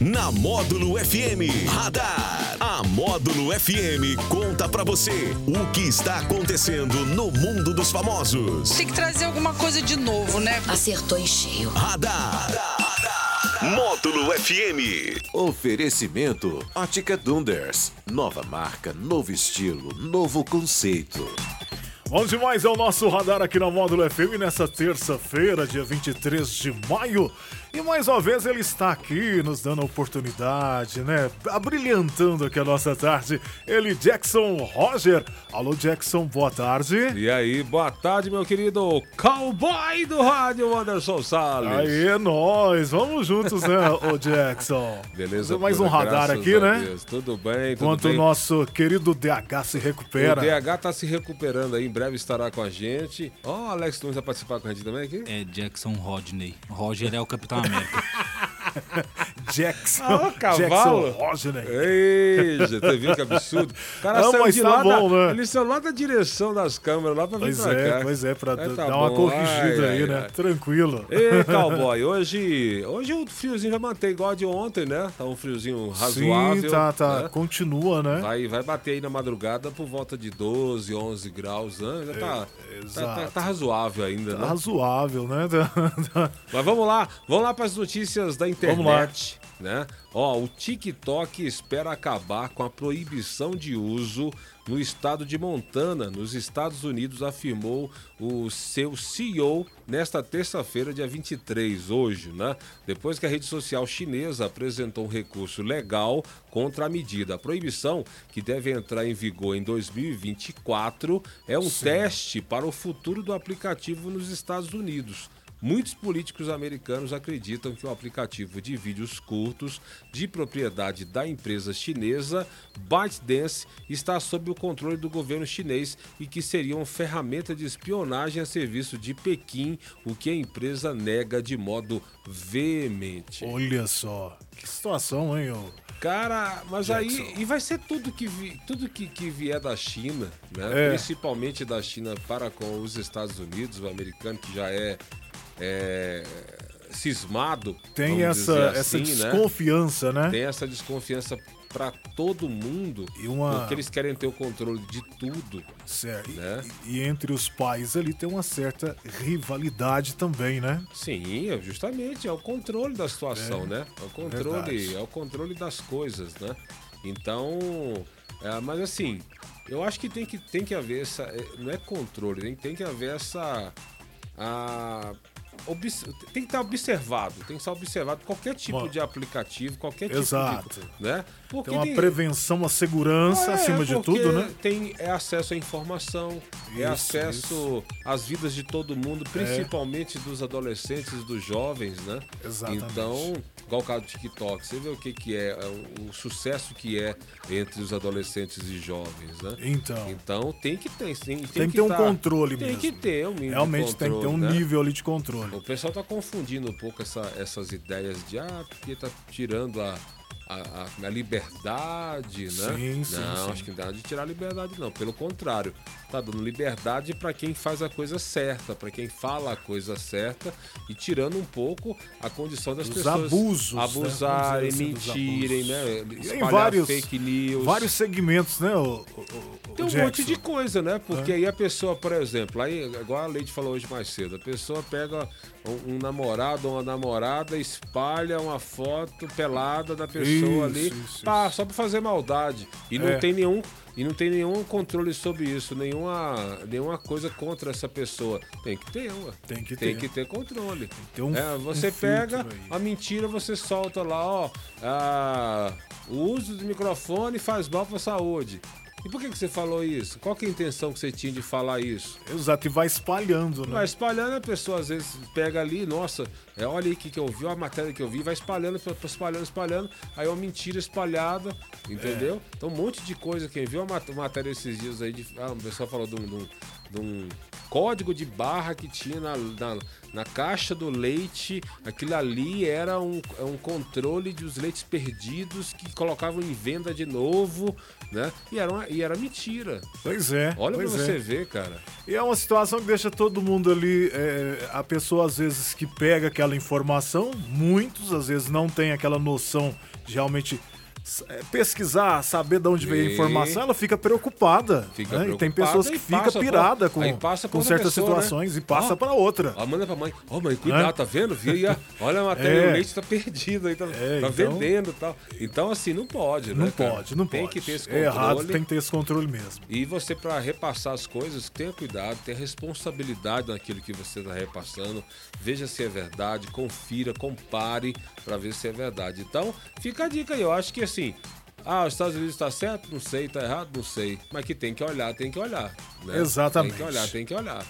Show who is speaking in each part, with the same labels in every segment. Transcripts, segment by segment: Speaker 1: Na Módulo FM Radar. A Módulo FM conta pra você o que está acontecendo no mundo dos famosos.
Speaker 2: Tem que trazer alguma coisa de novo, né?
Speaker 3: Acertou em cheio.
Speaker 1: Radar. Módulo FM.
Speaker 4: Oferecimento Ótica Dunders. Nova marca, novo estilo, novo conceito.
Speaker 5: Vamos demais ao é nosso radar aqui na Módulo FM nessa terça-feira, dia 23 de maio. E mais uma vez ele está aqui nos dando a oportunidade, né? Abrilhantando aqui a nossa tarde. Ele, Jackson Roger. Alô, Jackson, boa tarde.
Speaker 6: E aí, boa tarde, meu querido cowboy do rádio, Anderson Salles.
Speaker 5: Aê, nós, vamos juntos, né, ô Jackson?
Speaker 6: Beleza,
Speaker 5: Mais um
Speaker 6: pura,
Speaker 5: radar
Speaker 6: graças
Speaker 5: aqui,
Speaker 6: a
Speaker 5: né?
Speaker 6: Deus. Tudo bem, tudo
Speaker 5: Enquanto o
Speaker 6: bem.
Speaker 5: nosso querido DH se
Speaker 6: O
Speaker 5: recupera.
Speaker 6: DH tá se recuperando aí, em breve estará com a gente. Ó, o Alex Nunes vai participar com a gente também aqui?
Speaker 7: É Jackson Rodney. Roger é o Capitão América.
Speaker 5: Jackson.
Speaker 6: Ah, o cavalo.
Speaker 5: Jackson Roger, né?
Speaker 6: Ei, já você viu que absurdo? O cara
Speaker 5: Não,
Speaker 6: saiu
Speaker 5: mas
Speaker 6: de
Speaker 5: tá
Speaker 6: lá,
Speaker 5: bom,
Speaker 6: da,
Speaker 5: né?
Speaker 6: ele saiu lá da direção das câmeras, lá pra vir
Speaker 5: Pois
Speaker 6: pra
Speaker 5: é,
Speaker 6: cá.
Speaker 5: pois é, pra
Speaker 6: Mas tá
Speaker 5: dar uma
Speaker 6: bom.
Speaker 5: corrigida
Speaker 6: Ai,
Speaker 5: aí,
Speaker 6: ai,
Speaker 5: né?
Speaker 6: ai.
Speaker 5: Tranquilo.
Speaker 6: Ei, cowboy, hoje, hoje o friozinho vai manter igual a de ontem, né? Tá um friozinho razoável.
Speaker 5: Sim, tá, tá.
Speaker 6: né?
Speaker 5: Continua, né?
Speaker 6: Vai, vai bater aí na madrugada por volta de 12, 11 graus, né? Já tá, tá,
Speaker 5: exato.
Speaker 6: tá- tá razoável ainda, né?
Speaker 5: Razoável, né?
Speaker 6: Mas vamos lá, vamos lá para as notícias da internet, né? Ó, o TikTok espera acabar com a proibição de uso no estado de Montana, nos Estados Unidos, afirmou o seu CEO nesta terça-feira, dia 23, hoje, né? Depois que a rede social chinesa apresentou um recurso legal contra a medida. A proibição, que deve entrar em vigor em 2024, é um teste para o futuro do aplicativo nos Estados Unidos. Muitos políticos americanos acreditam que o aplicativo de vídeos curtos de propriedade da empresa chinesa ByteDance está sob o controle do governo chinês e que seria uma ferramenta de espionagem a serviço de Pequim, o que a empresa nega de modo veemente.
Speaker 5: Olha só. Que situação, hein? ô?
Speaker 6: Cara, mas aí e vai ser tudo que vi- tudo que, que vier da China, né?
Speaker 5: É.
Speaker 6: Principalmente da China para com os Estados Unidos, o americano que já é, é, cismado.
Speaker 5: Tem
Speaker 6: vamos
Speaker 5: essa,
Speaker 6: dizer
Speaker 5: essa
Speaker 6: assim, né?
Speaker 5: desconfiança, né?
Speaker 6: Tem essa desconfiança para todo mundo,
Speaker 5: E uma-
Speaker 6: porque eles querem ter o controle de tudo.
Speaker 5: Certo. E-
Speaker 6: né?
Speaker 5: E, entre os pais ali tem uma certa rivalidade também, né?
Speaker 6: Sim, é justamente, é o controle da situação, né? É o
Speaker 5: verdade.
Speaker 6: controle, é o controle das coisas, né? Então, é, mas assim, eu acho que tem que, tem que haver essa. é, Não é controle, tem, tem que haver essa. a- obs- tem que estar observado, tem que estar observado qualquer tipo
Speaker 5: Bom.
Speaker 6: de aplicativo, qualquer
Speaker 5: Exato.
Speaker 6: tipo de. Né? Porque
Speaker 5: Tem uma prevenção, uma segurança
Speaker 6: é,
Speaker 5: acima de
Speaker 6: porque
Speaker 5: tudo, né?
Speaker 6: Tem é acesso à informação, é
Speaker 5: Isso, É.
Speaker 6: acesso às vidas de todo mundo, principalmente dos adolescentes, dos jovens, né?
Speaker 5: Exatamente.
Speaker 6: Então, igual o caso do TikTok, você vê o que, que é, é o, o sucesso que é entre os adolescentes e jovens, né?
Speaker 5: Então.
Speaker 6: Então tem que ter, tem, tem,
Speaker 5: Tem que
Speaker 6: que
Speaker 5: ter um
Speaker 6: tá-
Speaker 5: controle
Speaker 6: tem
Speaker 5: mesmo.
Speaker 6: que ter um mínimo de
Speaker 5: Realmente tem que ter um
Speaker 6: controle, né?
Speaker 5: nível ali de controle.
Speaker 6: O pessoal tá confundindo um pouco essa- essas ideias de ah, porque tá tirando a, a, a- a liberdade, né?
Speaker 5: Sim, sim,
Speaker 6: não,
Speaker 5: sim.
Speaker 6: acho que não dá de tirar a liberdade, não. Pelo contrário, tá dando liberdade para quem faz a coisa certa, para quem fala a coisa certa e tirando um pouco a condição das
Speaker 5: Dos
Speaker 6: pessoas
Speaker 5: abusos, né?
Speaker 6: abusarem,
Speaker 5: Vamos dizer assim, dos
Speaker 6: mentirem,
Speaker 5: abusos.
Speaker 6: né?
Speaker 5: Tem
Speaker 6: Espalhar
Speaker 5: vários-
Speaker 6: fake news.
Speaker 5: Vários segmentos, né? O, o- o-
Speaker 6: Tem
Speaker 5: o
Speaker 6: um
Speaker 5: Jackson? É.
Speaker 6: monte de coisa, né? Porque aí a pessoa, por exemplo, aí, igual a Leite falou hoje mais cedo, a pessoa pega um, um namorado ou uma namorada, espalha uma foto pelada da pessoa
Speaker 5: Isso,
Speaker 6: ali,
Speaker 5: isso,
Speaker 6: pá, só pra fazer maldade. E
Speaker 5: É.
Speaker 6: não tem nenhum. E não tem nenhum controle sobre isso, nenhuma, nenhuma coisa contra essa pessoa. Tem que ter, ué.
Speaker 5: Tem que
Speaker 6: Tem
Speaker 5: ter.
Speaker 6: que ter controle.
Speaker 5: ter um-
Speaker 6: é,
Speaker 5: um
Speaker 6: você
Speaker 5: filtro
Speaker 6: pega
Speaker 5: aí.
Speaker 6: a mentira, você solta lá, ó. ah, o uso do microfone faz mal pra saúde. E por que, que você falou isso? Qual que é a intenção que você tinha de falar isso?
Speaker 5: Exato, e vai espalhando, né?
Speaker 6: Vai é espalhando, a pessoa às vezes pega ali, nossa, é, olha aí o que, que eu vi, olha a matéria que eu vi, vai espalhando, pra- pra- espalhando, espalhando, aí é uma mentira espalhada,
Speaker 5: É.
Speaker 6: entendeu? Então um monte de coisa, quem viu a mat- matéria esses dias aí, de, ah, o pessoal falou de um, de um- de um código de barra que tinha na, na, na caixa do leite. Aquilo ali era um, é um controle dos leites perdidos que colocavam em venda de novo, né? E era, uma- e era mentira.
Speaker 5: Pois é.
Speaker 6: Olha
Speaker 5: pois
Speaker 6: pra
Speaker 5: é.
Speaker 6: você ver, cara.
Speaker 5: E é uma situação que deixa todo mundo ali. é, a pessoa, às vezes, que pega aquela informação, muitos, às vezes, não tem aquela noção de realmente s- é, pesquisar, saber de onde veio a
Speaker 6: E-
Speaker 5: informação, ela fica preocupada.
Speaker 6: Fica
Speaker 5: né? E tem
Speaker 6: preocupada
Speaker 5: pessoas
Speaker 6: e
Speaker 5: que ficam
Speaker 6: passa pra-
Speaker 5: pirada
Speaker 6: aí
Speaker 5: com,
Speaker 6: passa pra
Speaker 5: com
Speaker 6: outra
Speaker 5: certas
Speaker 6: pessoa,
Speaker 5: situações
Speaker 6: né?
Speaker 5: e passa
Speaker 6: Ah,
Speaker 5: pra outra.
Speaker 6: Ó, manda pra mãe. Ó, mãe, cuidado,
Speaker 5: Né?
Speaker 6: tá vendo? Vi aí, ó. olha a matéria,
Speaker 5: É.
Speaker 6: o leite tá perdido aí, tá,
Speaker 5: É,
Speaker 6: tá
Speaker 5: então-
Speaker 6: vendendo e tal. Então, assim, não pode, né?
Speaker 5: Não
Speaker 6: cara?
Speaker 5: pode, não
Speaker 6: Tem
Speaker 5: pode.
Speaker 6: que ter esse
Speaker 5: é
Speaker 6: controle.
Speaker 5: errado, tem que ter esse controle mesmo.
Speaker 6: E você, para repassar as coisas, tenha cuidado, tenha responsabilidade naquilo que você está repassando. Veja se é verdade, confira, compare para ver se é verdade. Então, fica a dica aí. Eu acho que assim, ah, os Estados Unidos está certo? Não sei, está errado? Não sei. Mas que tem que olhar, tem que olhar. né?
Speaker 5: Exatamente.
Speaker 6: Tem que olhar, tem que olhar.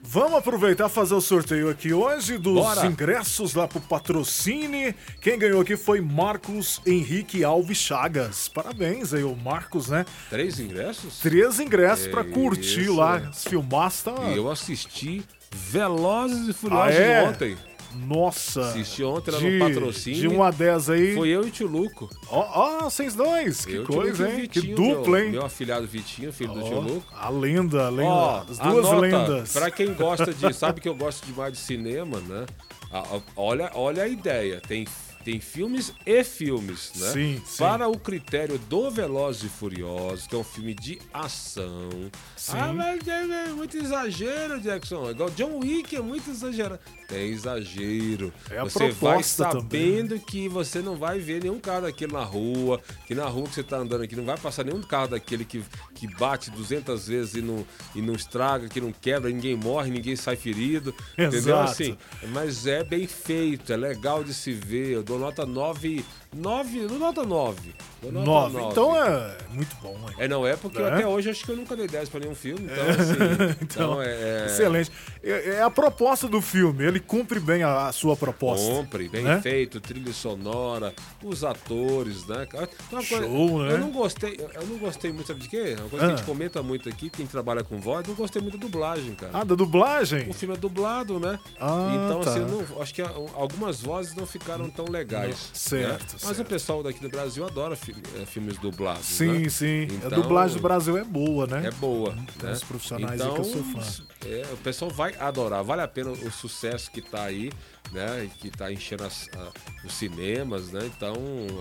Speaker 5: Vamos aproveitar e fazer o sorteio aqui hoje dos
Speaker 6: Bora.
Speaker 5: ingressos lá pro patrocine. Quem ganhou aqui foi Marcos Henrique Alves Chagas. Parabéns aí, o Marcos, né?
Speaker 6: Três ingressos?
Speaker 5: Três ingressos pra
Speaker 6: É
Speaker 5: curtir
Speaker 6: isso,
Speaker 5: lá,
Speaker 6: né?
Speaker 5: as filmaças. Tá...
Speaker 6: E eu assisti Velozes e
Speaker 5: Ah,
Speaker 6: Furiosos
Speaker 5: é?
Speaker 6: ontem.
Speaker 5: Nossa.
Speaker 6: Assisti ontem lá
Speaker 5: de,
Speaker 6: no patrocínio.
Speaker 5: De 1 a 10 aí.
Speaker 6: Foi eu e o Tio Luco.
Speaker 5: Ó, ó, vocês dois. Que
Speaker 6: eu e o Tio
Speaker 5: coisa,
Speaker 6: Luco e o
Speaker 5: hein? que
Speaker 6: Vitinho,
Speaker 5: dupla,
Speaker 6: meu,
Speaker 5: hein?
Speaker 6: Meu afilhado Vitinho, filho do Tio
Speaker 5: Ó,
Speaker 6: Luco.
Speaker 5: a lenda, a lenda.
Speaker 6: Ó,
Speaker 5: as duas
Speaker 6: anota,
Speaker 5: lendas.
Speaker 6: Pra quem gosta de. Sabe que eu gosto demais de cinema, né? A- a- Olha, olha a ideia. Tem, tem filmes e filmes, né?
Speaker 5: Sim, sim.
Speaker 6: Para o critério do Velozes e Furiosos, que é um filme de ação.
Speaker 5: Sim.
Speaker 6: Ah, mas é, é muito exagero, Jackson. Igual John Wick é muito exagero. É exagero.
Speaker 5: É a
Speaker 6: você vai
Speaker 5: proposta
Speaker 6: sabendo
Speaker 5: também, né?
Speaker 6: sabendo que você não vai ver nenhum carro daquele na rua, que na rua que você tá andando aqui não vai passar nenhum carro daquele que, que bate 200 vezes e não, e não estraga, que não quebra, ninguém morre, ninguém sai ferido. Entendeu?
Speaker 5: Exato.
Speaker 6: Assim, mas é bem feito, é legal de se ver. Eu dou nota 9, 9, dou nota 9. Dou nota
Speaker 5: Nove.
Speaker 6: nove.
Speaker 5: Então é muito bom, hein?
Speaker 6: É, não, é porque eu
Speaker 5: Né? É.
Speaker 6: até hoje acho que eu nunca dei 10 pra nenhum filme, então assim. então é.
Speaker 5: Excelente. É, é a proposta do filme, ele cumpre bem a, a sua proposta.
Speaker 6: Compre, bem
Speaker 5: né?
Speaker 6: feito, trilha sonora, os atores, né? cara? Tem uma coisa-
Speaker 5: Show, né?
Speaker 6: Eu não gostei, eu não gostei muito, sabe de quê? É Uma coisa que
Speaker 5: Ah.
Speaker 6: a gente comenta muito aqui, quem trabalha com voz, não gostei muito da dublagem, cara.
Speaker 5: Ah, da dublagem?
Speaker 6: O filme é dublado, né?
Speaker 5: Ah,
Speaker 6: então,
Speaker 5: tá.
Speaker 6: assim, eu não- acho que a- algumas vozes não ficaram tão legais.
Speaker 5: Certo,
Speaker 6: né? Mas
Speaker 5: certo.
Speaker 6: o pessoal daqui do Brasil adora fi- eh, filmes dublados.
Speaker 5: Sim,
Speaker 6: né?
Speaker 5: sim.
Speaker 6: Então,
Speaker 5: A dublagem do Brasil é boa, né?
Speaker 6: é boa. né?
Speaker 5: os profissionais aí que eu sou fã.
Speaker 6: é, o pessoal vai adorar, vale a pena o sucesso que tá aí, né? E que tá enchendo as- a- os cinemas, né? Então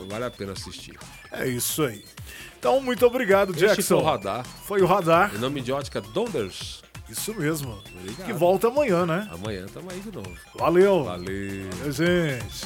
Speaker 6: vale a pena assistir.
Speaker 5: É isso aí. Então, muito obrigado,
Speaker 6: Este foi
Speaker 5: Jackson.
Speaker 6: o radar.
Speaker 5: Foi o radar.
Speaker 6: Em nome de ótica Donders.
Speaker 5: Isso mesmo.
Speaker 6: Obrigado.
Speaker 5: Que volta amanhã, né?
Speaker 6: Amanhã tamo aí de novo.
Speaker 5: Valeu.
Speaker 6: Valeu.
Speaker 5: Valeu, gente.